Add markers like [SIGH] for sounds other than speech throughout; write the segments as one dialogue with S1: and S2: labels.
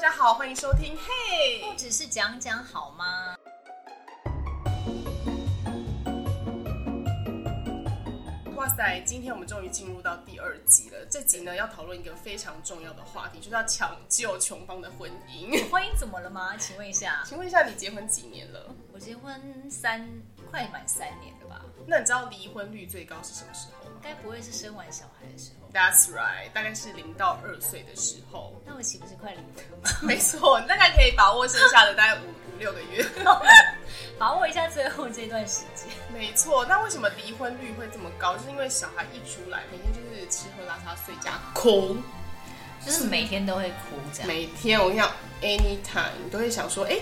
S1: 家好，欢迎收听。嘿、
S2: 不只是讲讲好吗？
S1: 哇塞！今天我们终于进入到第二集了。这集呢，要讨论一个非常重要的话题，就是要抢救穷方的婚
S2: [LAUGHS]
S1: 姻。
S2: 婚姻怎么了吗？请问一下，
S1: 请问一下，你结婚几年了？
S2: 我结婚三快满三年了吧？
S1: 那你知道离婚率最高是什么时候吗
S2: 该不会是生完小孩的时候？
S1: ？That's right，大概是零到二岁的时候。
S2: 那我岂不是快离婚 [LAUGHS] 了？
S1: 没错，你大概可以把握剩下的大概五五六个月。
S2: 把握一下最后这段时间。
S1: 没错，那为什么离婚率会这么高？就是因为小孩一出来，每天就是吃喝拉撒睡加哭。
S2: 就是每天都会哭这样。
S1: 每天我跟你讲，anytime 你都会想说，哎、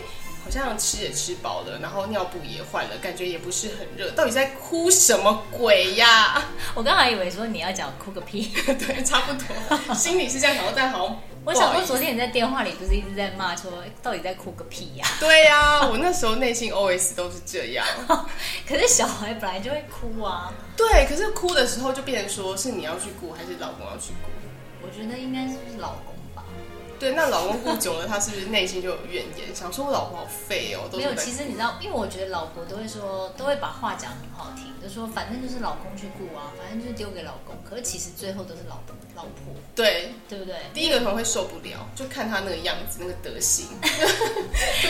S1: 好像吃也吃饱了，然后尿布也换了，感觉也不是很热，到底在哭什么鬼呀？ [LAUGHS]
S2: 我刚才以为说你要讲哭个 [LAUGHS] 屁，
S1: 对，差不
S2: [LAUGHS]
S1: 多，心里是这样想说，但好像
S2: 我想
S1: 不好
S2: 说
S1: 意思
S2: 昨天你在电话里不是一直在骂说诶到底在哭个屁 [LAUGHS] 呀、
S1: 对呀、我那时候内心 OS 都是这样。
S2: 可是小孩本来就会哭啊。
S1: 对，可是哭的时候就变成说是你要去顾，还是老公要去顾？
S2: 我觉得应该是不是老公吧？
S1: 对，那老公顾久了，他是不是内心就有怨言，想说我老婆好废哦？都
S2: 没
S1: 是
S2: 有，
S1: 在
S2: 其实你知道，因为我觉得老婆都会说，都会把话讲很好听，就说反正就是老公去顾啊，反正就丢给老公。可是其实最后都是老公老婆，
S1: 对，
S2: 对不 [LAUGHS] 对？
S1: 第一个可能会受不了，就看他那个样子，那个德
S2: [LAUGHS]
S1: 行，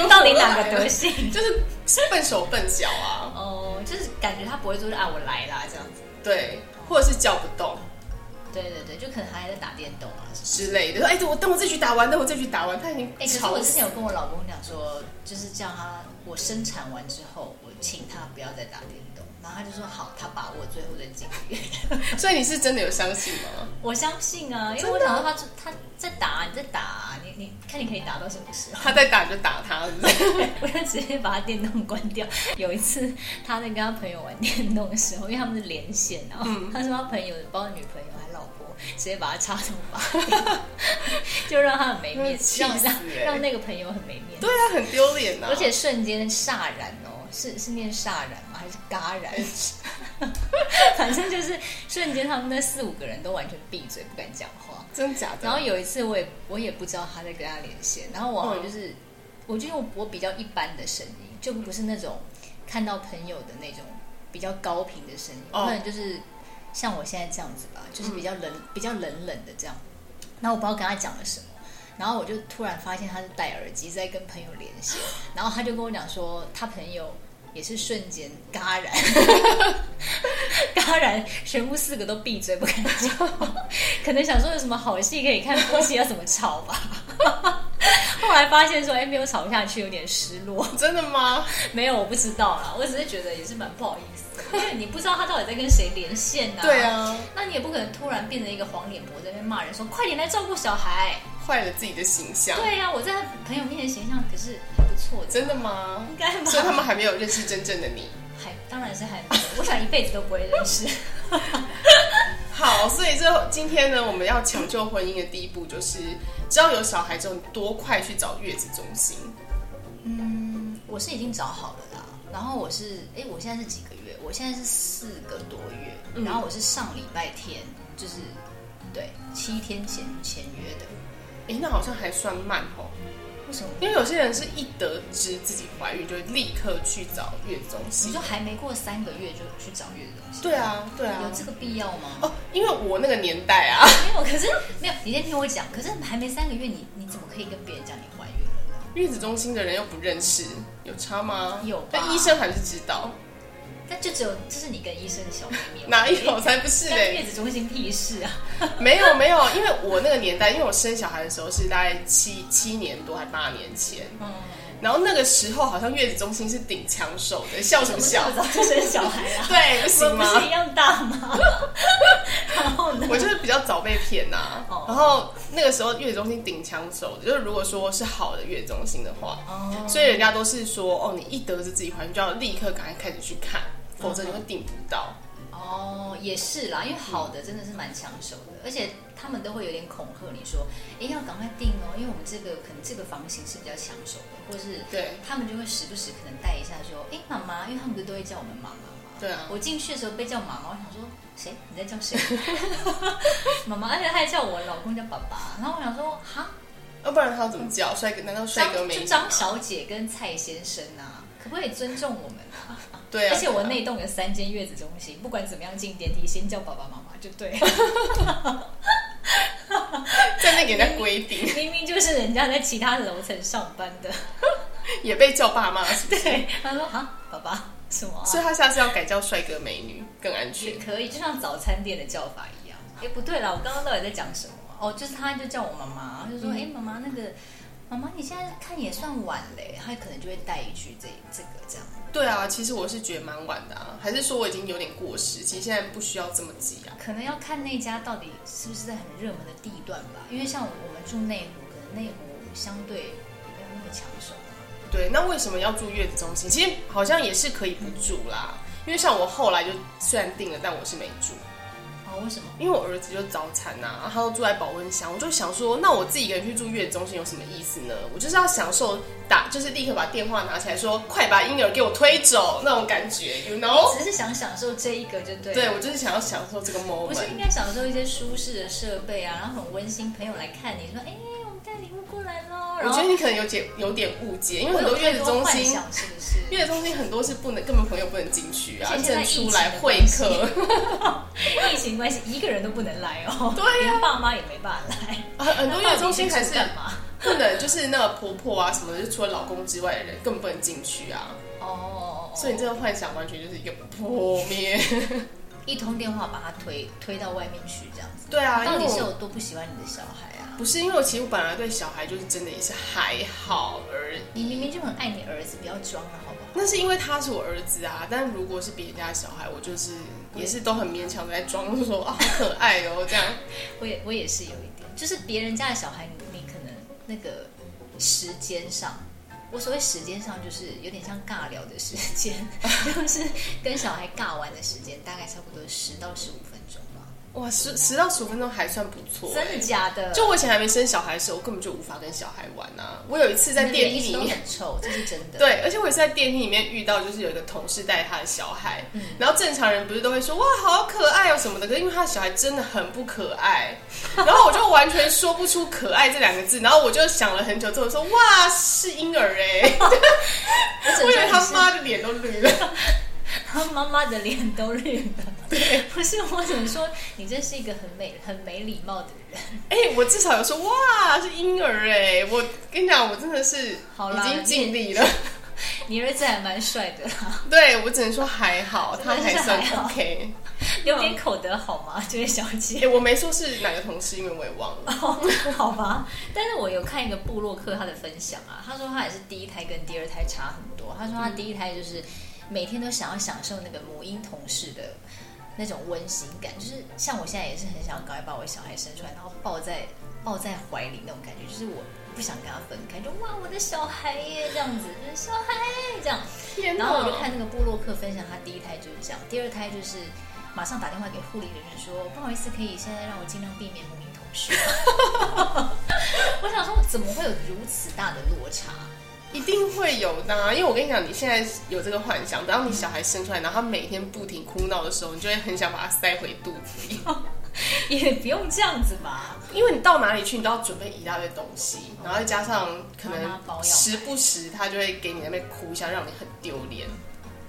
S2: 到底哪个德性？
S1: [LAUGHS] 就是笨手笨脚啊，
S2: [LAUGHS] 哦，就是感觉他不会说啊，我来啦这样子。
S1: 对，或者是叫不动
S2: 对对对，就可能还在打电动啊什么。
S1: 之类的。哎、我等我这局打完，等我这局打完，他已经
S2: 哎、可是
S1: 吵
S2: 我之
S1: 死
S2: 前有跟我老公讲说，就是叫他我生产完之后，我请他不要再打电动，然后他就说好，他把握最后的机遇。
S1: 所以你是真的有相信吗？
S2: 我相信啊，因为
S1: 真
S2: 我
S1: 的
S2: 想到他他在打啊，你在打啊，你你看你可以打到什么时候。 [LAUGHS]
S1: 他在打你就打他，是不是
S2: 我就直接把他电动关掉。有一次，他在跟他朋友玩电动的时候，因为他们是连线，然后
S1: 嗯
S2: 他说他朋友，包括女朋友还老婆，直接把他插头拔掉， [LAUGHS] 就让他很没面子，
S1: 那
S2: 让
S1: 气死
S2: 让
S1: 欸
S2: 让那个朋友很没面子，
S1: 对啊，很丢脸呐。
S2: 而且瞬间煞然哦，是是念煞然吗？还是嘎然？ [LAUGHS] 反正就是瞬间，他们那四五个人都完全闭嘴，不敢讲话。
S1: 真假的，啊
S2: 然后有一次，我也我也不知道他在跟他连线，然后我好
S1: 嗯
S2: 像就是，我就用我比较一般的声音，就不是那种看到朋友的那种比较高频的声音，
S1: 哦
S2: 我可能就是像我现在这样子吧，就是比较冷、比较冷冷的这样。然后我不知道跟他讲了什么，然后我就突然发现他是戴耳机在跟朋友连线，然后他就跟我讲说，他朋友也是瞬间戛然，戛然，全部四个都闭嘴不敢讲，可能想说有什么好戏可以看，夫妻要怎么吵吧。后来发现说，哎、没有吵下去，有点失落。
S1: 真的吗？
S2: [LAUGHS] 没有，我不知道啦，我只是觉得也是蛮不好意思的，因为你不知道他到底在跟谁连线呐、
S1: 对，啊，
S2: 那你也不可能突然变成一个黄脸婆在那边骂人说，快点来照顾小孩。
S1: 坏了自己的形象，
S2: 对呀、我在他朋友面前形象可是很不错的，
S1: 真的吗？
S2: [LAUGHS] 应该吧？
S1: 所以他们还没有认识真正的你。
S2: 还当然是还没有，我想一辈子都不会认识。
S1: [LAUGHS] 好，所以这今天呢，我们要抢救婚姻的第一步就是，只要有小孩之后，你多快去找月子中心。
S2: 嗯，我是已经找好了啦。然后我是，哎，我现在是几个月？我现在是四个多月。
S1: 嗯
S2: 然后我是上礼拜天，就是对七天前签约的。
S1: 哎、那好像还算慢哦。
S2: 为什么？
S1: 因为有些人是一得知自己怀孕就会立刻去找月子中
S2: 你
S1: 心。
S2: 说还没过三个月就去找月子中心？
S1: 对啊，对啊
S2: 有。这个必要吗？
S1: 哦，因为我那个年代啊，
S2: 没有，可是没有。你先听我讲。可是还没三个月，你你怎么可以跟别人讲你怀孕了呢？
S1: 月子中心的人又不认识，有差吗？
S2: 有吧
S1: 但医生还是知道，
S2: 但就只有这是你跟医生的小秘密。
S1: 哪有才不是
S2: 跟
S1: 嘞
S2: 月？子中心屁事啊！
S1: 没有没有，因为我那个年代，因为我生小孩的时候是大概七七年多还八年前，
S2: 嗯，
S1: 然后那个时候好像月子中心是顶枪手的，笑什么笑
S2: 我？早就生小 [LAUGHS] 孩了。
S1: 对， [LAUGHS] 不行
S2: 我啊们不
S1: 吗
S2: 是？一样大吗？ [LAUGHS] 然后呢？
S1: 我就是比较早被骗呐、
S2: 哦
S1: 然后那个时候月子中心顶枪手的，就是如果说是好的月子中心的话，
S2: 哦
S1: 所以人家都是说，哦，你一得知自己怀孕就要立刻赶快开始去看，否则你会顶不到。
S2: 哦，也是啦，因为好的真的是蛮抢手
S1: 嗯
S2: 的，而且他们都会有点恐吓你说，哎，要赶快订哦，因为我们这个可能这个房型是比较抢手的，或是
S1: 对
S2: 他们就会时不时可能带一下说，哎，妈妈，因为他们不是都会叫我们妈妈吗？
S1: 对啊，
S2: 我进去的时候被叫妈妈，我想说谁？ [LAUGHS] 你
S1: [LAUGHS]
S2: 在叫谁？妈妈，而且他还叫我老公叫爸爸，然后我想说哈，
S1: 要不然他要怎么叫帅哥？难道帅哥
S2: 张
S1: 没
S2: 就？张小姐跟蔡先生啊，可不可以尊重我们啊？
S1: 对啊，
S2: 而且我
S1: 对啊
S2: 那栋有三间月子中心，不管怎么样进电梯，先叫爸爸妈妈就对了。
S1: 在那给人家规定，
S2: [LAUGHS] 明明就是人家在其他的楼层上班
S1: [LAUGHS]
S2: 的，
S1: 也被叫爸妈，是不是？
S2: 对，他说啊，爸爸什么、
S1: 所以
S2: 啊？
S1: 他下次要改叫帅哥美女更安全
S2: 也。可以，就像早餐店的叫法一样。哎，不对啦，我刚刚到底在讲什么啊？哦，就是他就叫我妈妈，就说
S1: 嗯
S2: 哎、妈妈那个。妈妈，你现在看也算晚嘞，他可能就会带一句这这个这样。
S1: 对啊，其实我是觉得蛮晚的啊，还是说我已经有点过时？其实现在不需要这么急啊。
S2: 可能要看那家到底是不是在很热门的地段吧，因为像我们住内湖，可能内湖相对没有那么抢手。
S1: 对，那为什么要住月子中心？其实好像也是可以不住啦，因为像我后来就虽然定了，但我是没住，
S2: 哦，为什么？
S1: 因为我儿子就早产呐、啊，他都住在保温箱，我就想说，那我自己一个人去住月子中心有什么意思呢？我就是要享受打，就是立刻把电话拿起来说，快把婴儿给我推走那种感觉，you know？
S2: 只是想享受这一个就对了。
S1: 对，我就是想要享受这个
S2: 不是
S1: moment。
S2: 应该享受一些舒适的设备啊，然后很温馨，朋友来看你说，哎，我们带礼物过来喽。
S1: 我
S2: 然
S1: 觉
S2: 后
S1: 得你可能有点有点误解，因为
S2: 我
S1: 很
S2: 有
S1: 多
S2: 太
S1: 月子
S2: 多
S1: 中
S2: 幻
S1: 心
S2: 想是不是？
S1: 月子中心很多是不能，根本朋友不能进去啊，
S2: 而且
S1: 只
S2: 现在
S1: 能
S2: 疫情
S1: 出
S2: 的
S1: 来会客。
S2: [LAUGHS] 疫情关系， [LAUGHS] 一个人都不能来哦。
S1: 对啊
S2: 连爸妈也没办法来。
S1: 很啊很多月子中心还是
S2: 那到底进去干嘛？
S1: 不能，就是那个婆婆啊什么的，就除了老公之外的人更不能进去啊。
S2: 哦，
S1: 所以你这个幻想完全就是一个破
S2: [LAUGHS]
S1: 灭。
S2: 一通电话把他推推到外面去，这样子。
S1: 对啊，
S2: 到
S1: 因
S2: 底
S1: 为
S2: 是
S1: 我
S2: 有多不喜欢你的小孩啊？
S1: 不是因为我其实我本来对小孩就是真的也是还好而已。
S2: 你明明就很爱你儿子，不要装了，好不好？
S1: 那是因为他是我儿子啊，但如果是别人家的小孩，我就是也是都很勉强的在装说啊好可爱哦这样。
S2: 我也我也是有一点，就是别人家的小孩，你你可能那个时间上，我所谓时间上就是有点像尬聊的时间， [LAUGHS] 就是跟小孩尬完的时间，大概差不多十到十五分钟吧。
S1: 哇，十十到十五分钟还算不错、欸
S2: 真的假的？
S1: 就我以前还没生小孩的时候，我根本就无法跟小孩玩啊。我有一次在
S2: 你的
S1: 电
S2: 鼻
S1: 梯
S2: 子
S1: 里
S2: 都
S1: 面，
S2: 很臭，这是真的。，
S1: 对，而且我也是在电梯里面遇到，就是有一个同事带他的小孩，
S2: 嗯
S1: 然后正常人不是都会说哇好可爱哦什么的，可是因为他的小孩真的很不可爱，然后我就完全说不出可爱这两个字，然后我就想了很久之后说哇是婴儿哎、我以为他
S2: 我只能说你是
S1: 妈的脸都绿了， [LAUGHS]
S2: 他妈妈的脸都绿了。对， [LAUGHS] 不是，我只能说你真是一个很美、很没礼貌的人。
S1: 哎、我至少有说哇是婴儿哎、我跟你讲我真的是
S2: 好
S1: 已
S2: 啦
S1: 经尽力了。 [LAUGHS]
S2: 你儿子还蛮帅的啦。
S1: 对啊我只能说还好，他
S2: 真的
S1: 还
S2: 是
S1: 算
S2: 还好
S1: OK。
S2: 有点口德好吗，这位小
S1: 哎、 [LAUGHS]
S2: 姐？
S1: 我没说是哪个同事，因为我也忘
S2: 哦
S1: 了。
S2: 好吧，但是我有看一个部落客他的分享啊，他说他也是第一胎跟第二胎差很多。他说他第一胎就是每天都想要享受那个母婴同事的那种温馨感，就是像我现在也是很想要赶快把我小孩生出来，然后抱在抱在怀里那种感觉，就是我不想跟他分开，就哇我的小孩耶这样子，就是小孩耶这样。
S1: 天
S2: 然后我就看那个部落客分享，他第一胎就是这样，第二胎就是马上打电话给护理人员说，不好意思，可以现在让我尽量避免母婴同事。 [LAUGHS] 我想说，怎么会有如此大的落差？
S1: 一定会有的啊、因为我跟你讲，你现在有这个幻想，等到你小孩生出来，然后他每天不停哭闹的时候，你就会很想把他塞回肚子里，
S2: 也不用这样子吧？
S1: 因为你到哪里去，你都要准备一大堆东西，然后再加上可
S2: 妈妈包
S1: 能
S2: 养
S1: 时不时他就会给你那边哭一下，让你很丢脸，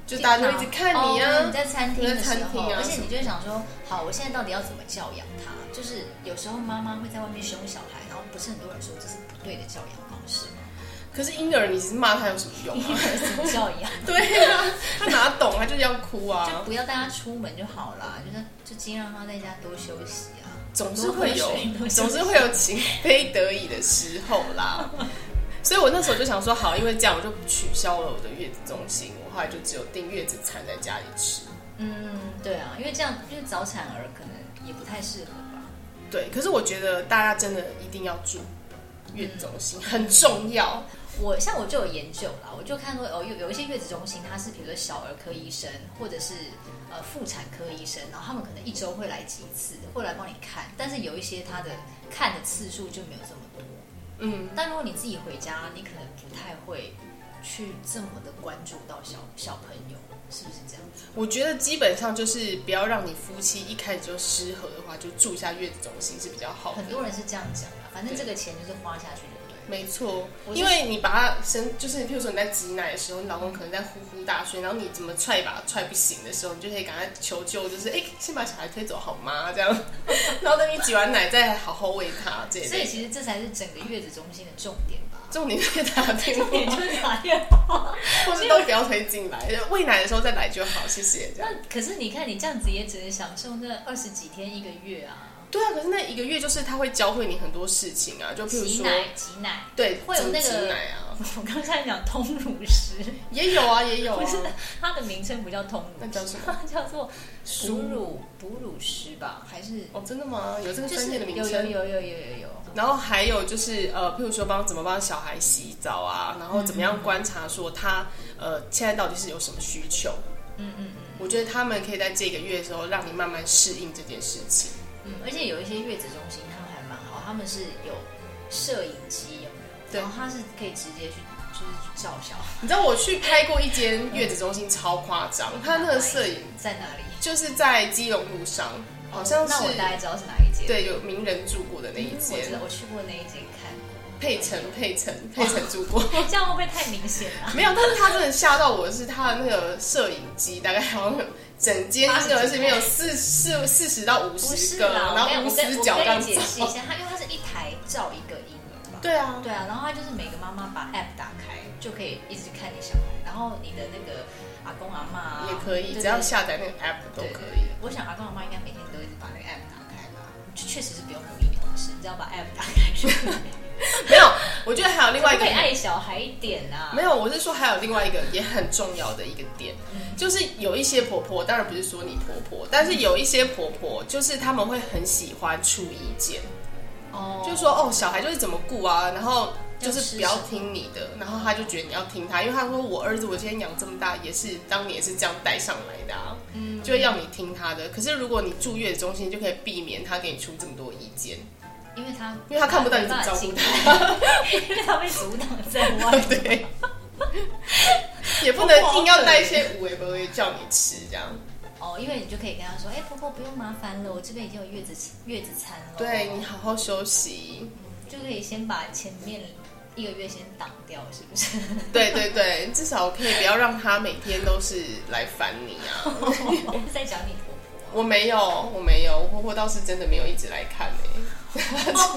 S1: 就大家就一直看你
S2: 哦
S1: 啊
S2: 你。在餐厅的时
S1: 你在餐厅
S2: 候，
S1: 啊
S2: 而且你就会想说，好，我现在到底要怎么教养他？就是有时候妈妈会在外面凶小孩，然后不是很多人说这是不对的教养方式，
S1: [LAUGHS] 可是婴儿，你只是骂他有什么用
S2: [LAUGHS]
S1: 啊？
S2: 怎么教养？
S1: 对啊， [LAUGHS] 他哪懂，他就是要哭啊。
S2: 就不要带他出门就好啦，就是就尽量让他在家多休息啊。
S1: 总是会有
S2: 多喝水，多休息
S1: 总是会有情非得已的时候啦。 [LAUGHS] 所以我那时候就想说，好，因为这样我就取消了我的月子中心，我后来就只有订月子餐在家里吃。
S2: 嗯，对啊，因为这样，因为早产儿可能也不太适合吧。
S1: 对，可是我觉得大家真的一定要住月子中心，很重要。
S2: 我像我就有研究啦，我就看过哦，有有一些月子中心，它是比如说小儿科医生或者是呃妇产科医生，然后他们可能一周会来几次，会来帮你看，但是有一些他的看的次数就没有这么多。
S1: 嗯，
S2: 但如果你自己回家，你可能不太会去这么的关注到小小朋友，是不是这样子？
S1: 我觉得基本上就是不要让你夫妻一开始就失和的话，就住一下月子中心是比较好的
S2: 啊很。多人是这样讲的，反正这个钱就是花下去就对了。
S1: 没错，
S2: 我是
S1: 因为你把它生，就是譬如说你在挤奶的时候，你老公可能在呼呼大睡，然后你怎么踹一把踹不醒的时候，你就可以赶快求救，就是哎、先把小孩推走好吗？ [LAUGHS] 这样，然后等你挤完奶再好好喂他这一
S2: 所以
S1: 类。
S2: 其实这才是整个月子中心的重点吧。
S1: [LAUGHS] 重点是打电
S2: [LAUGHS] 重点
S1: 话，
S2: 就是打电话。
S1: 或是都不要推进来，喂奶的时候再来就好，谢谢。这样
S2: 那可是你看，你这样子也只能享受那二十几天一个月啊，
S1: 对啊，可是那一个月就是他会教会你很多事情啊，就譬如
S2: 挤
S1: 说，
S2: 奶挤奶。
S1: 对，
S2: 会有那个
S1: 怎么挤奶啊，
S2: 我刚才讲通乳师，
S1: 也有啊，也有
S2: 不
S1: 啊
S2: 是，它的名称不叫通乳
S1: 那
S2: 师，
S1: 叫什么？
S2: 它叫做哺
S1: 输入
S2: 乳哺乳师吧，还是
S1: 哦，真的吗？有这个
S2: 就是
S1: 专业的
S2: 有
S1: 名
S2: 有
S1: 称？
S2: 有有有有有。
S1: 然后还有就是呃，譬如说帮怎么帮小孩洗澡啊，然后怎么样观察说他呃现在到底是有什么需求。
S2: 嗯嗯嗯
S1: 我觉得他们可以在这个月的时候让你慢慢适应这件事情。
S2: 嗯，而且有一些月子中心他们还蛮好，他们是有摄影机有没有？
S1: 对
S2: 然后它是可以直接去就是去照小孩
S1: 你知道我去拍过一间月子中心，超夸张， [LAUGHS]
S2: 嗯
S1: 他那个摄影
S2: 在哪里？
S1: 就是在基隆路上，好像是
S2: 那我大概知道是哪一间。
S1: 对有名人住过的那一
S2: 嗯，我知
S1: 间
S2: 道，，我去过那一间看，
S1: 佩岑佩岑佩
S2: 哦
S1: 岑住过。
S2: 这样会不会太明显啊
S1: [LAUGHS]
S2: [LAUGHS] 了、
S1: 没有，但是他真的吓到我，是他的那个摄影机，大概好像整间婴儿室里面有四四四十到五
S2: 不
S1: 十
S2: 是
S1: 个，
S2: 啦，
S1: 然
S2: 我
S1: 后
S2: 跟
S1: 无
S2: 我跟
S1: 死
S2: 我
S1: 角这
S2: 跟
S1: 样
S2: 你
S1: 子
S2: 解。释一下，它因为它是一台照一个婴儿嘛。
S1: 对啊，
S2: 对啊，然后它就是每个妈妈把 app 打开，就可以一直看你小孩，然后你的那个阿公阿妈、啊、
S1: 也可以，
S2: 对
S1: 只要
S2: 对
S1: 下载那个 app 都
S2: 对
S1: 可
S2: 对
S1: 以
S2: 对。我想阿公阿妈应该每天都一直把那个 app 打开吧，就确实是不用努力同事，你只要把 app 打开就可以。
S1: 没有，我觉得还有另外一
S2: [LAUGHS] 可
S1: 个
S2: 以爱小孩一点啊。
S1: 没有，我是说还有另外一个也很重要的一个点，
S2: 嗯
S1: 就是有一些婆婆，当然不是说你婆婆，但是有一些婆婆就是他们会很喜欢出意见，
S2: 哦，
S1: 就说哦，小孩就是怎么顾啊，然后就
S2: 要吃
S1: 是不要听你的，然后他就觉得你要听他，因为他说我儿子我今天养这么大，也是当年也是这样带上来的啊，
S2: 嗯
S1: 就会要你听他的。可是如果你住月子中心，就可以避免他给你出这么多意 [LAUGHS] 见，
S2: 因为他
S1: 因为他看不到你怎么照顾他，
S2: [LAUGHS] 因为他被阻挡在 [LAUGHS] 外。
S1: 对，也不能
S2: 婆婆
S1: 硬要带一些五味不会叫你吃这样。
S2: 哦，因为你就可以跟他说，哎、婆婆不用麻烦了，我这边已经有月子月子餐了。
S1: 对你好好休息。
S2: 就可以先把前面一个月先挡掉，是不 [LAUGHS] 是？
S1: 对对对，至少可以不要让他每天都是来烦你啊。
S2: 在讲你婆婆。
S1: 我没有，我没有，我婆婆倒是真的没有一直来看诶、 [LAUGHS]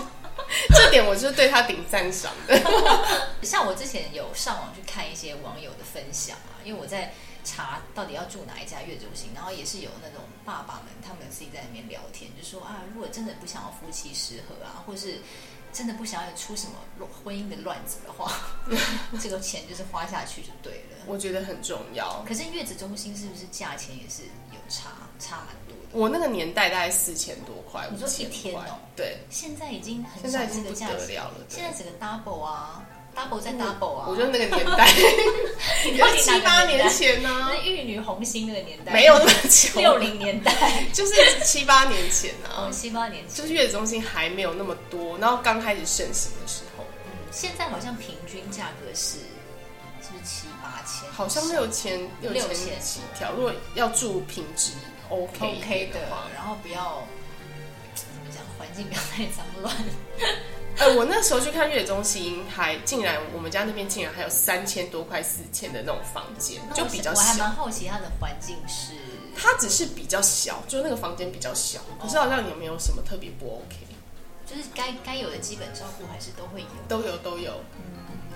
S1: 这点我就是对她顶赞赏的。
S2: 像我之前有上网去看一些网友的分享啊，因为我在查到底要住哪一家月子中心，然后也是有那种爸爸们他们自己在那边聊天，就说啊，如果真的不想要夫妻失和啊，或是真的不想要出什么乱婚姻的乱子的话， [LAUGHS] 这个钱就是花下去就对了。
S1: 我觉得很重要。
S2: 可是月子中心是不是价钱也是有差差蛮多的？
S1: 我那个年代大概四千多块，
S2: 你说一天
S1: 5000
S2: 哦
S1: 块对，
S2: 现在已经很
S1: 现
S2: 少
S1: 在已
S2: 这
S1: 经
S2: 个
S1: 不
S2: 价
S1: 得
S2: 钱
S1: 了了对
S2: 现在整个 double 啊，double 再 double 啊，
S1: 我就那个年
S2: [LAUGHS]
S1: 代，
S2: 你
S1: 也
S2: 到
S1: 是
S2: 底哪
S1: 七
S2: 个
S1: 八
S2: 年
S1: 年
S2: 代，
S1: 前呢、
S2: 那是玉女红心那个年代，
S1: 啊没有那么久，
S2: 六 [LAUGHS] 零年代，
S1: 就是七八年前啊，
S2: 哦，七八年前，
S1: 就是月子中心还没有那么多，然后刚开始盛行的时候。
S2: 嗯现在好像平均价格是是不是七八千？
S1: 好像六千六
S2: 六
S1: 千
S2: 千
S1: 起跳，如果要住品质 OK 一
S2: OK
S1: 点
S2: 的
S1: 话，，
S2: 然后不要怎么讲，环境不要 [LAUGHS] 太脏乱，
S1: 哎、我那时候去看月子中心，还竟然我们家那边竟然还有三千多块、四千的那种房间，
S2: 那
S1: 就
S2: 我
S1: 比
S2: 是
S1: 较
S2: 我还
S1: 小。
S2: 蛮好奇它的环境是，
S1: 它只是比较小，就那个房间比较小，可是好像也没有什么特别不 OK，
S2: 就是该该有的基本照顾还是都会有。
S1: 都有都有。
S2: 嗯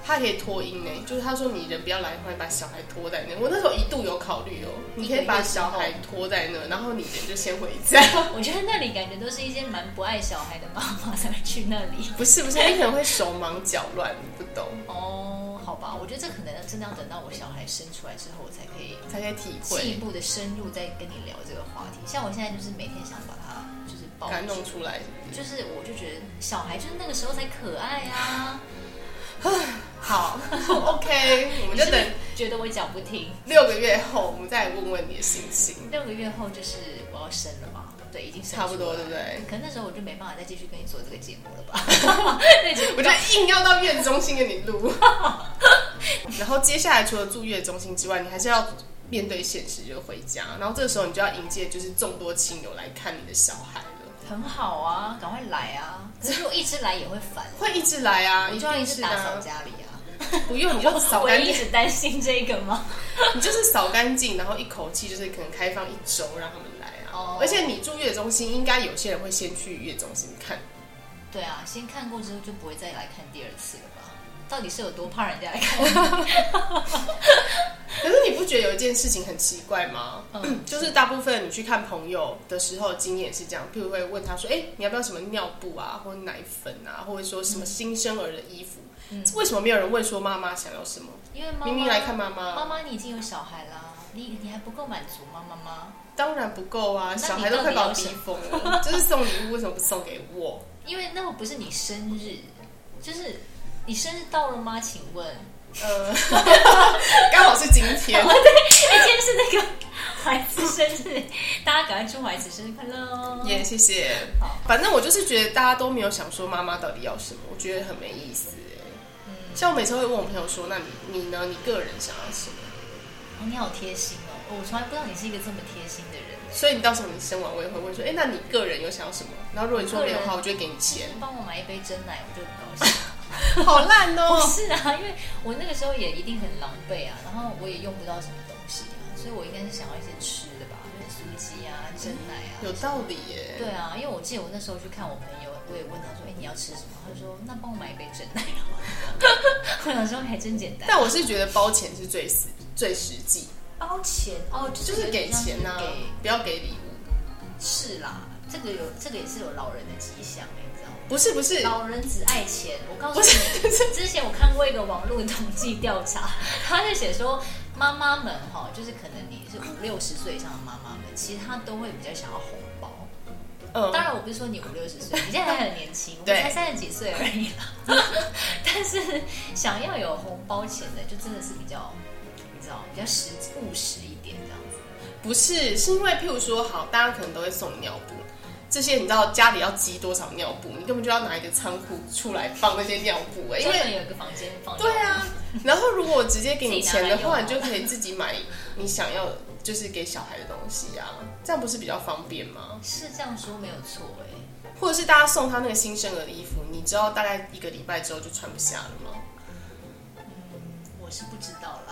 S1: 它可以托婴呢，就是他说你人不要来的话，你把小孩拖在那。我那时候一度有考虑哦，你可以把小孩拖在那，然后你人就先回家。
S2: [LAUGHS]
S1: [LAUGHS]
S2: 我觉得那里感觉都是一些蛮不爱小孩的妈妈才会去那里。
S1: 不是不是，你可能会手忙脚乱，你不懂，
S2: 哦，好吧，我觉得这可能真的要等到我小孩生出来之后，我才可以
S1: 才可以体会。
S2: 进一步的深入再跟你聊这个话题。像我现在就是每天想把它就是抱
S1: 把它弄
S2: 住，
S1: 出来。
S2: 就是我就觉得小孩就是那个时候才可爱
S1: [LAUGHS]
S2: 啊。
S1: 好 [LAUGHS] ，OK，我们就等
S2: 你是不是觉得我讲不听。
S1: 六个月后，我们再来问问你的心情。
S2: 六个月后就是我要生了嘛，对，已经生
S1: 差不多
S2: 出来
S1: 对
S2: 了
S1: 不对？
S2: 可那时候我就没办法再继续跟你做这个节目了
S1: [LAUGHS]
S2: 吧？那节目
S1: 我就硬要到月子中心跟你录。 [LAUGHS] 然后接下来除了住月子中心之外，你还是要面对现实，就是回家。然后这个时候你就要迎接就是众多亲友来看你的小孩了。
S2: 很好啊，赶快来啊！可是如果一直来也会烦，
S1: 会一直来啊，
S2: 我就要
S1: 定
S2: 一
S1: 是
S2: 直
S1: 的啊
S2: 打扫，家里啊。
S1: 不用你就扫
S2: 我
S1: 干
S2: 一
S1: 净，
S2: 直担心这个吗？
S1: 你就是扫干净，然后一口气就是可能开放一周让他们来啊。
S2: 哦
S1: 而且你住月中心，应该有些人会先去月中心看，
S2: 对啊，先看过之后就不会再来看第二次了吧？到底是有多怕人家来看？
S1: 可是你不觉得有一件事情很奇怪吗？
S2: 嗯
S1: 就是大部分你去看朋友的时候，经验是这样，譬如会问他说：“哎、你要不要什么尿布啊，或者奶粉啊，或者说什么新生儿的衣服？”
S2: 嗯
S1: 为什么没有人问说妈妈想要什么？
S2: 因为妈妈
S1: 明明来看妈
S2: 妈
S1: 妈，
S2: 妈，你已经有小孩啦，你你还不够满足吗？妈妈，
S1: 当然不够啊，
S2: 那你
S1: 小孩都快把我逼疯了。就是送礼物为什么不送给
S2: [LAUGHS]
S1: 我？
S2: 因为那个不是你生日，就是你生日到了吗？请
S1: [LAUGHS]
S2: 问，嗯
S1: 呃，刚好是今天
S2: 哦，， [LAUGHS] 对，哎，今天是那个孩子生日， [LAUGHS] 大家赶快祝孩子生日快乐哦！
S1: 耶、谢谢
S2: 好。
S1: 反正我就是觉得大家都没有想说妈妈到底要什么，我觉得很没意思欸。
S2: 嗯，
S1: 像我每次会问我朋友说：“那你你呢？你个人想要什么？”
S2: 哦你好贴心哦，我从来不知道你是一个这么贴心的人。
S1: 所以你到时候你生完，我也会问说，哎、那你个人有想要什么？然后如果你说没有的话，我就会给你
S2: [LAUGHS]
S1: 钱。
S2: 帮我买一杯真奶，我就很高
S1: [LAUGHS]
S2: 兴。
S1: 好烂
S2: 不！是啊，因为我那个时候也一定很狼狈啊，然后我也用不到什么东西啊，所以我应该是想要一些吃的吧，就是酥鸡啊、
S1: 嗯
S2: 蒸奶啊。
S1: 有道理耶。
S2: 对啊，因为我记得我那时候去看我朋友，我也问他说：“哎、你要吃什么？”他就说：“那帮我买一杯真奶。” [LAUGHS] 我想说还真简单，
S1: 但我是觉得包钱是最实最实际，
S2: 包钱哦，就
S1: 就是给钱呐、
S2: 呐、
S1: 不要给礼物。
S2: 是啦，这个有这个也是有老人的吉祥、欸，你知道吗？
S1: 不是不是，
S2: 老人只爱钱，我告诉
S1: 不是
S2: 你，之前我看过一个网络统计调查， [LAUGHS] 他就写说，妈妈们哈，就是可能你是五六十岁以上的妈妈们，其实她都会比较想要红包。
S1: 嗯
S2: 当，然，我不是说你五六十岁，
S1: [LAUGHS]
S2: 你现在还很年轻，我
S1: 对
S2: 们才三十几岁而已啦。
S1: [LAUGHS]
S2: 但是想要有红包钱的，就真的是比较，你知道，比较实务实一点这样子。
S1: 不是，是因为譬如说，好，大家可能都会送尿布。这些你知道家里要积多少尿布，你根本就要拿一个仓库出来放那些尿布哎、因
S2: 专
S1: 为
S2: 门有一个房间放。
S1: 对啊，然后如果我直接给你钱的话，
S2: 自己拿来用啊
S1: 你就可以自己买你想要就是给小孩的东西啊，这样不是比较方便吗？
S2: 是这样说没有错哎、
S1: 或者是大家送他那个新生儿的衣服，你知道大概一个礼拜之后就穿不下了吗？
S2: 我是不知道
S1: [LAUGHS]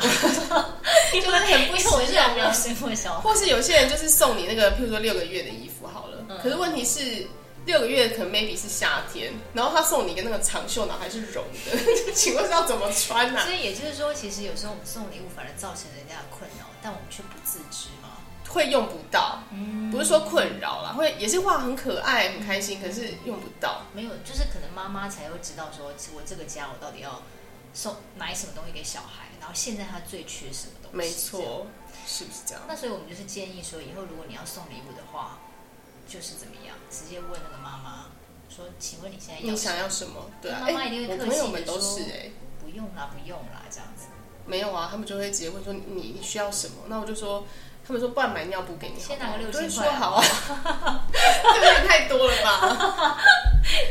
S2: 啦，因为
S1: 很不
S2: 因为我
S1: 实
S2: 是
S1: 用啊
S2: 没有生过
S1: [LAUGHS]
S2: 小孩，
S1: 或是有些人就是送你那个，譬如说六个月的衣服好
S2: 嗯
S1: 了，可是问题是。六个月可能 maybe 是夏天，然后他送你一个那个长袖，然后还是绒的， [LAUGHS] 请问是要怎么穿呢、啊
S2: 所？以也就是说，其实有时候我们送礼物反而造成人家的困扰，但我们却不自知嘛。
S1: 会用不到，不是说困扰啦，会也是哇很可爱很开心，可是用不到。
S2: 没有，就是可能妈妈才会知道说，我这个家我到底要送买什么东西给小孩，然后现在他最缺什么东西。
S1: 没
S2: 这样。
S1: 错，是不是这样？
S2: 那所以我们就是建议说，以后如果你要送礼物的话，就是怎么样，直接问那个妈妈说，请问你现在要
S1: 你
S2: 什么
S1: 想要什么？对啊，
S2: 妈
S1: 哎、
S2: 妈一定会
S1: 我
S2: 客
S1: 朋友
S2: 气
S1: 们
S2: 地
S1: 都
S2: 说
S1: 是哎、
S2: 不用啦，不用啦，这样子。 [LAUGHS]
S1: 没有啊，他们就会直接问说你你需要什么？那我就说，他们说不然买尿布给你好
S2: 先拿个
S1: 吗
S2: 六
S1: 我就
S2: 千
S1: 说
S2: 块啊
S1: 好啊， [LAUGHS] 这个也太多了吧？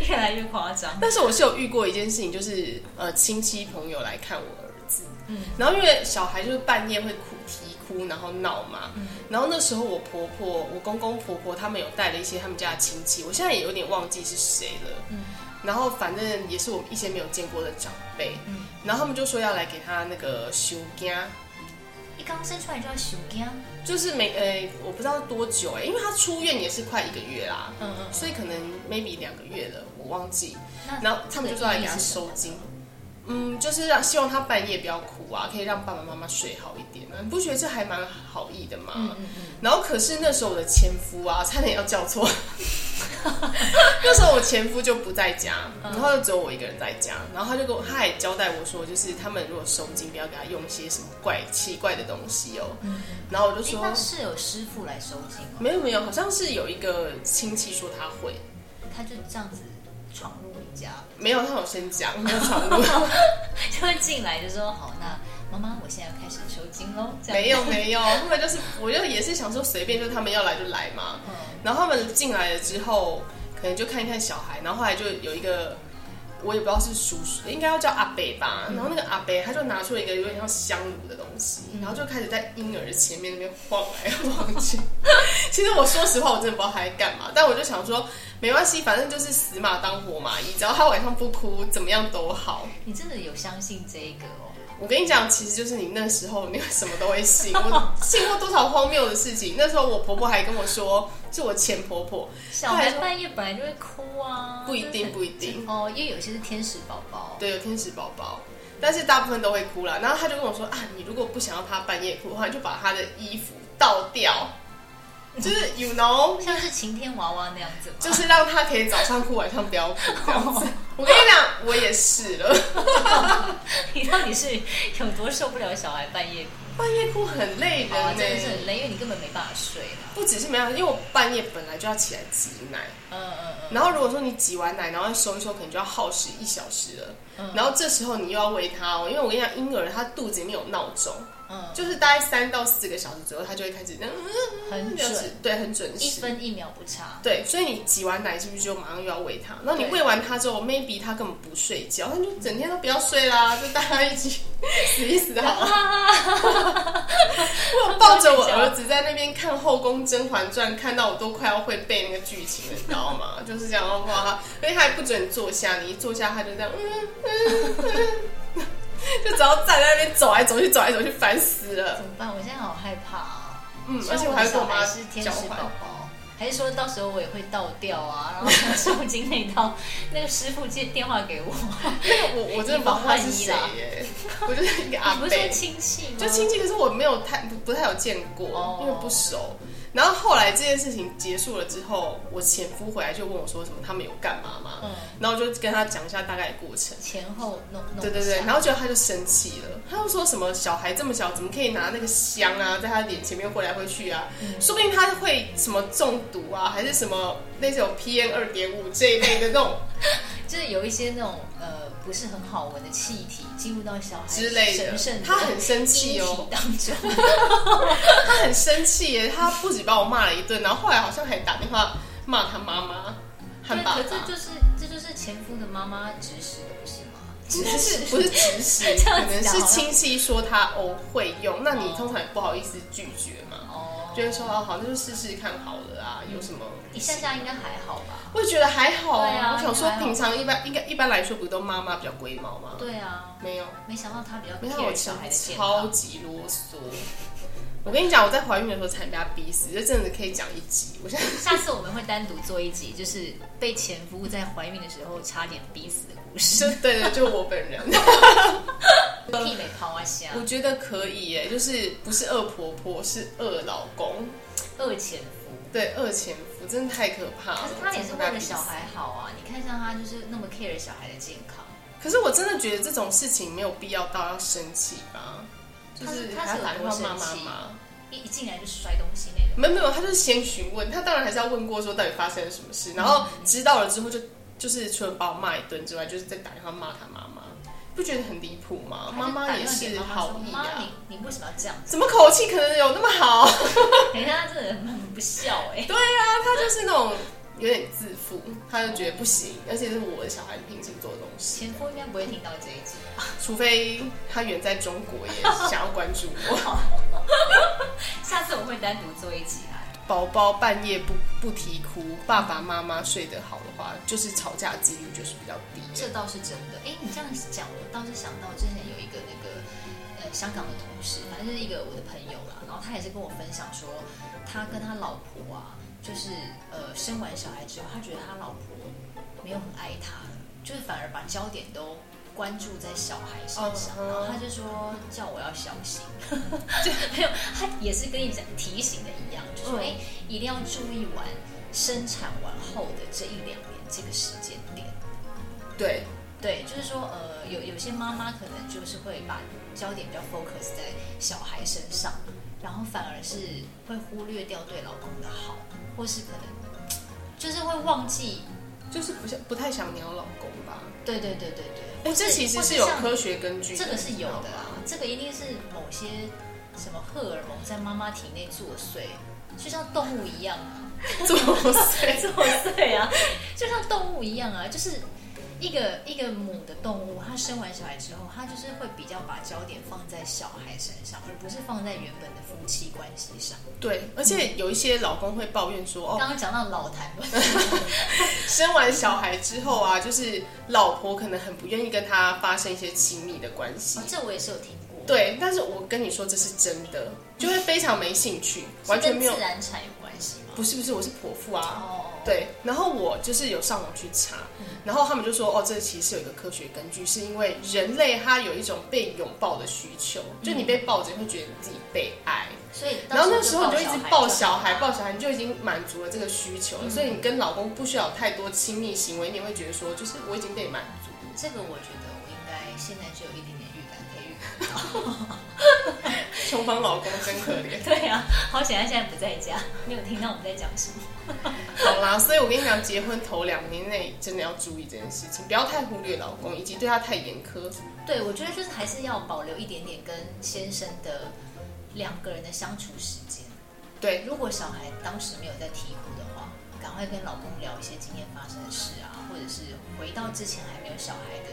S2: 越来越夸张。
S1: 但是我是有遇过一件事情，就是呃亲戚朋友来看我儿子，
S2: 嗯
S1: 然后因为小孩就是半夜会哭啼哭，然后闹嘛，
S2: 嗯
S1: 然后那时候我婆婆、我公公婆婆他们有带了一些他们家的亲戚，我现在也有点忘记是谁了，
S2: 嗯
S1: 然后反正也是我一些没有见过的长辈，
S2: 嗯。
S1: 然后他们就说要来给他那个修家，
S2: 一刚生出来就要熊姜，
S1: 就是每呃、我不知道多久哎、因为他出院也是快一个月啦，
S2: 嗯嗯，
S1: 所以可能 maybe 两个月了，我忘记。
S2: 那
S1: 然后他们就说要给他收金，嗯，就是让希望他半夜不要哭啊，可以让爸爸妈妈睡好一点啊。你不觉得这还蛮好意的吗？
S2: 嗯嗯嗯，
S1: 然后可是那时候我的前夫啊，差点要叫
S2: [LAUGHS]
S1: 错。那时候我前夫就不在家，
S2: 嗯
S1: 然后就只有我一个人在家，然后他就跟我，他还交代我说，就是他们如果收金，不要给他用一些什么怪奇怪的东西哦。然后我就
S2: 嗯诶
S1: 说，
S2: 哎那是有师傅来收金吗？
S1: 没有没有，好像是有一个亲戚说他会，
S2: 他就这样子闯入你家， [LAUGHS]
S1: 没有，他有先讲，没有闯入，
S2: 就会进来就说好，那妈妈我现在开始收金喽，这样
S1: 没有，没有，后来就是我就也是想说随便，就他们要来就来嘛。
S2: 嗯
S1: 然后他们进来了之后，可能就看一看小孩，然后后来就有一个，我也不知道是叔叔，应该要叫阿伯吧。然后那个阿伯他就拿出了一个有点像香炉的东西，然后就开始在婴儿前面那边晃来晃去， [LAUGHS] 其实我说实话，我真的不知道他在干嘛，但我就想说，没关系，反正就是死马当活马医，只要他晚上不哭，怎么样都好。
S2: 你真的有相信这一个哦？
S1: 我跟你讲，其实就是你那时候，你什么都会信。我信过多少荒谬的事情？那时候我婆婆还跟我说，是我前婆婆，
S2: 小孩半夜本来就会哭啊，
S1: 不一定不一定
S2: 哦，因为有些是天使宝宝，
S1: 对，有天使宝宝，但是大部分都会哭啦。然后她就跟我说啊，你如果不想要她半夜哭的话，你就把她的衣服倒掉，就是 [LAUGHS] you know，
S2: 像是晴天娃娃那样子吗？
S1: 就是让她可以早上哭，晚上不要哭这样子。我跟你讲，我也是了，
S2: [LAUGHS] 你到底是有多受不了小孩半夜哭
S1: [LAUGHS] 半夜哭很累人欸呢、
S2: 啊？真的是很累，因为你根本没办法睡嘛。
S1: 不只是没有，因为我半夜本来就要起来挤奶，
S2: 嗯嗯嗯，
S1: 然后如果说你挤完奶，然后收一收，可能就要耗时一小时了。
S2: 嗯
S1: 然后这时候你又要喂他哦，因为我跟你讲，婴儿他肚子里面有闹钟，
S2: 嗯，
S1: 就是大概三到四个小时左右，他就会开始嗯
S2: 很
S1: 就是
S2: 准，
S1: 对，很准
S2: 一
S1: 时。
S2: 分一秒不差。
S1: 对，所以你挤完奶是不是就马上又要喂他？那你
S2: 对
S1: 喂完他之后，maybe 他根本不睡觉，他就整天都不要睡啦，就大家一起死一死好了。我有抱着我儿子在那边看《后宫甄嬛传》，看到我都快要会背那个剧情了，你知道吗？就是这样的话，因为他还不准坐下，你一坐下他就这样，嗯嗯嗯，就只要站在那边走来走去，走来走去，烦死了
S2: 怎。么办？我现在好害怕哦。
S1: 嗯，
S2: 希
S1: 而
S2: 望
S1: 且
S2: 我
S1: 我还
S2: 的
S1: 跟我
S2: 小
S1: 妈
S2: 孩是天
S1: 交
S2: 使
S1: 换
S2: 宝。宝，还是说到时候我也会倒掉啊？然后受精那一道，那个师傅接电话给我，
S1: 我我真的不知道他是谁耶，我就是一个阿
S2: 你不
S1: 伯
S2: 是，说亲戚吗？
S1: 就亲戚，可是我没有太不不太有见过，
S2: 哦
S1: 因为不熟。然后后来这件事情结束了之后，我前夫回来就问我说什么他们有干嘛吗？
S2: 嗯
S1: 然后我就跟他讲一下大概的过程。
S2: 前后弄弄
S1: 对对对，然后结果他就生气了，他就说什么小孩这么小，怎么可以拿那个香啊，在他脸前面挥来挥去啊？说不定他会什么中毒啊，还是什么那种 PM 二点五这一类的那种
S2: 就是有一些那种呃不是很好闻的气体进入到小孩
S1: 之类的
S2: 神圣，
S1: 他很生气
S2: 阴
S1: 哦
S2: 体，当中，
S1: [LAUGHS] 他很生气耶，他不止把我骂了一顿，然后后来好像还打电话骂他妈妈和爸
S2: [LAUGHS] 对可这
S1: 爸，
S2: 就是这就是前夫的妈妈指使的，不是吗？
S1: 应
S2: 指
S1: 该是 [LAUGHS]
S2: 使
S1: 不是指使，
S2: 这
S1: 可
S2: 样
S1: 能
S2: 子讲
S1: 是
S2: 好像
S1: 亲戚说他哦会用，那你通常也不好意思拒绝嘛，
S2: 哦，
S1: 就会说哦好，那就试试看好了啊，有什么？
S2: 一下下应该还好吧？
S1: 我也觉得还好
S2: 嗯对啊
S1: 我想说
S2: 还好
S1: 平常一般应该一般来说不都妈妈比较龟毛吗？
S2: 对啊，
S1: 没有，
S2: 没想到他比较
S1: 没想到我
S2: care 小孩的健
S1: 超
S2: 康。
S1: 级啰嗦。我跟你讲，我在怀孕的时候差点被他逼死，这真的可以讲一集。我现在
S2: 下次我们会单独做一集，就是被前夫在怀孕的时候差点逼死的
S1: [LAUGHS]
S2: 故事。
S1: 就对对，就我本人。
S2: 媲美抛啊虾，
S1: 我觉得可以耶，就是不是恶婆婆，是恶老公，
S2: 二前夫。
S1: 对，恶前夫，真的太可怕了。
S2: 可是哦他也是为了小
S1: 真的
S2: 孩好啊！你看像他就是那么 care 小孩的健康，
S1: 怕逼死。可是我真的觉得这种事情没有必要到要生气吧，就
S2: 他是他
S1: 他
S2: 是有
S1: 打电
S2: 多
S1: 话骂
S2: 生
S1: 妈
S2: 气
S1: 妈。
S2: 一一进来就摔东西那种。
S1: 没有没有，他就是先询问，他当然还是要问过说到底发生了什么事，然后
S2: 嗯
S1: 知道了之后就就是除了把我骂一顿之外，就是再打电话骂他妈妈，不觉得很离谱吗？妈妈也是好意
S2: 妈，
S1: 啊
S2: 你，你为什么要这样子？
S1: 怎么口气可能有那么好？
S2: [LAUGHS] 等一下，这哎人很不孝哎、
S1: 对啊，他就是那种有点自负，他就觉得不行，而且是我的小孩，你凭什么做这种事？
S2: 前夫应该不会听到这一集，
S1: 除非他远在中国也想要关注 [LAUGHS] 我。
S2: 下次我会单独做一集啊来。
S1: 宝宝半夜不不啼哭，爸爸妈妈睡得好的话，就是吵架的几率就是比较低
S2: 这。倒是真的，哎、你这样讲，我倒是想到之前有一个那个呃香港的同事，反正就是一个我的朋友啦，然后他也是跟我分享说，他跟他老婆啊，就是呃生完小孩之后，他觉得他老婆没有很爱他了，就是反而把焦点都。关注在小孩身上
S1: 嗯哼
S2: 然后他就说叫我要小心，就没有，他也是跟你讲提醒的一样，就说
S1: 嗯
S2: 哎、一定要注意完生产完后的这一两年这个时间点，
S1: 对，
S2: 对，就是说，呃，有有些妈妈可能就是会把焦点比较 focus 在小孩身上，然后反而是会忽略掉对老公的好，或是可能就是会忘记，
S1: 就是不想不太想鸟老公吧？
S2: 对对对对对，
S1: 哎、
S2: 或
S1: 这其实
S2: 或
S1: 是
S2: 是
S1: 有
S2: 像
S1: 科学根据
S2: 这个是有的
S1: 啊 [LAUGHS]
S2: 啊，这个一定是某些什么荷尔蒙在妈妈体内作祟，就像动物一样啊。
S1: 作祟。
S2: [LAUGHS] 作祟啊，就像动物一样啊，就是一个一个母的动物，它生完小孩之后，它就是会比较把焦点放在小孩身上，而不是放在原本的夫妻关系上。
S1: [LAUGHS] 对，而且有一些老公会抱怨说，哦，
S2: 刚刚讲到老谈论，
S1: 生完小孩之后啊，就是老婆可能很不愿意跟他发生一些亲密的关系
S2: 哦，。这我也是有听过，，
S1: 对，但是我跟你说这是真的，就会非常没兴趣，完全没有
S2: 自。然产有关系吗？
S1: 不是不是，我是泼妇啊。
S2: 哦，
S1: 对，然后我就是有上网去查，
S2: 嗯
S1: 然后他们就说，哦，这其实有一个科学根据，是因为人类他有一种被拥抱的需求，就你被抱着你会觉得你自己被爱，
S2: 所以
S1: 然后那
S2: 那
S1: 时候你就一直抱小孩，抱
S2: 孩
S1: 小孩，你就已经满足了这个需求了，
S2: 嗯
S1: 所以你跟老公不需要有太多亲密行为，你也会觉得说，就是我已经被满足。
S2: 就好。这个我觉得我应该现在就有一点点预感，可以预感。
S1: 穷方老公真可怜。
S2: 对啊，好险他现在不在家，你有听到我们在讲什么？
S1: [LAUGHS] 好啦，所以我跟你讲，结婚头两年内真的要注意这件事情，不要太忽略老公，以及对他太严苛。
S2: 对，我觉得就是还是要保留一点点跟先生的两个人的相处时间。
S1: 对，
S2: 如果小孩当时没有在啼哭的话，赶快跟老公聊一些今天发生的事啊，或者是回到之前还没有小孩的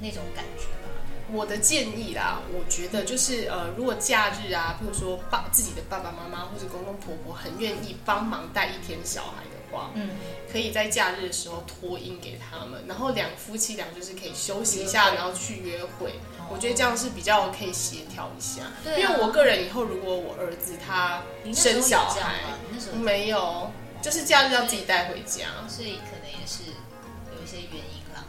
S2: 那种感觉吧。
S1: 我的建议啦，我觉得就是呃，如果假日啊，比如说爸自己的爸爸妈妈或者公公婆婆很愿意帮忙带一天小孩的话，
S2: 嗯，
S1: 可以在假日的时候托婴给他们，然后两夫妻俩就是可以休息一
S2: 嗯
S1: 下，然后去约会。我觉得这样是比较可以协调一下，
S2: 对啊
S1: 因为我个人以后如果我儿子他
S2: 你那时候
S1: 生
S2: 有
S1: 小
S2: 这样
S1: 孩，嗯
S2: 吗？你那时候有
S1: 没有，就是假日要自己带回家。
S2: 所以可能也是有一些原因啦。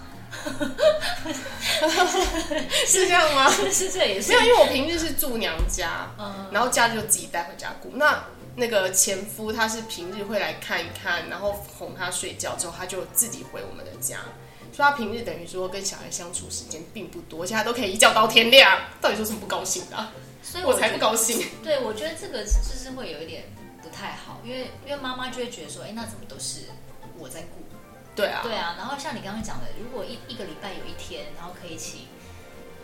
S1: [LAUGHS] 是这样吗？
S2: 是这也是
S1: 没有，因为我平日是住娘家，
S2: 嗯，
S1: 然后假日就自己带回家顾。那那个前夫他是平日会来看一看，然后哄他睡觉之后，他就自己回我们的家。所以他平日等于说跟小孩相处时间并不多，而且他都可以一觉到天亮。到底有什么不高兴的啊、
S2: 所以
S1: 我
S2: 觉
S1: 才
S2: 得
S1: 不高
S2: [LAUGHS]
S1: 兴。
S2: 对，我觉得这个就是会有一点不太好，因为因为妈妈就会觉得说，哎，那怎么都是我在顾。
S1: 对啊，
S2: 对啊，然后像你刚刚讲的，如果一一个礼拜有一天，然后可以请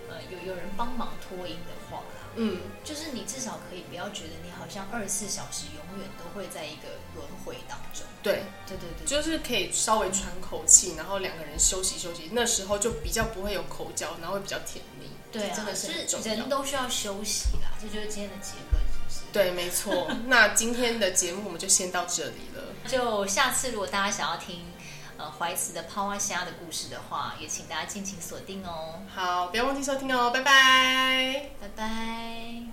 S2: 呃有有人帮忙托婴的话啦，
S1: 嗯，
S2: 就是你至少可以不要觉得你好像二十四小时永远都会在一个轮回当中。
S1: 对，
S2: 对对对，
S1: 就是可以稍微喘口气，然后两个人休息休息，那时候就比较不会有口角，然后会比较甜蜜。
S2: 对
S1: 这
S2: 啊，
S1: 真的是很
S2: 就
S1: 重
S2: 是
S1: 要。
S2: 人都需要休息啦，这就是今天的结论，是不是？
S1: 对，没错。那今天的节目我们就先到这里了。
S2: 就下次如果大家想要听呃怀慈的泡蛙虾的故事的话，也请大家敬请锁定哦，
S1: 好，不要忘记收听哦，拜拜。
S2: 拜拜。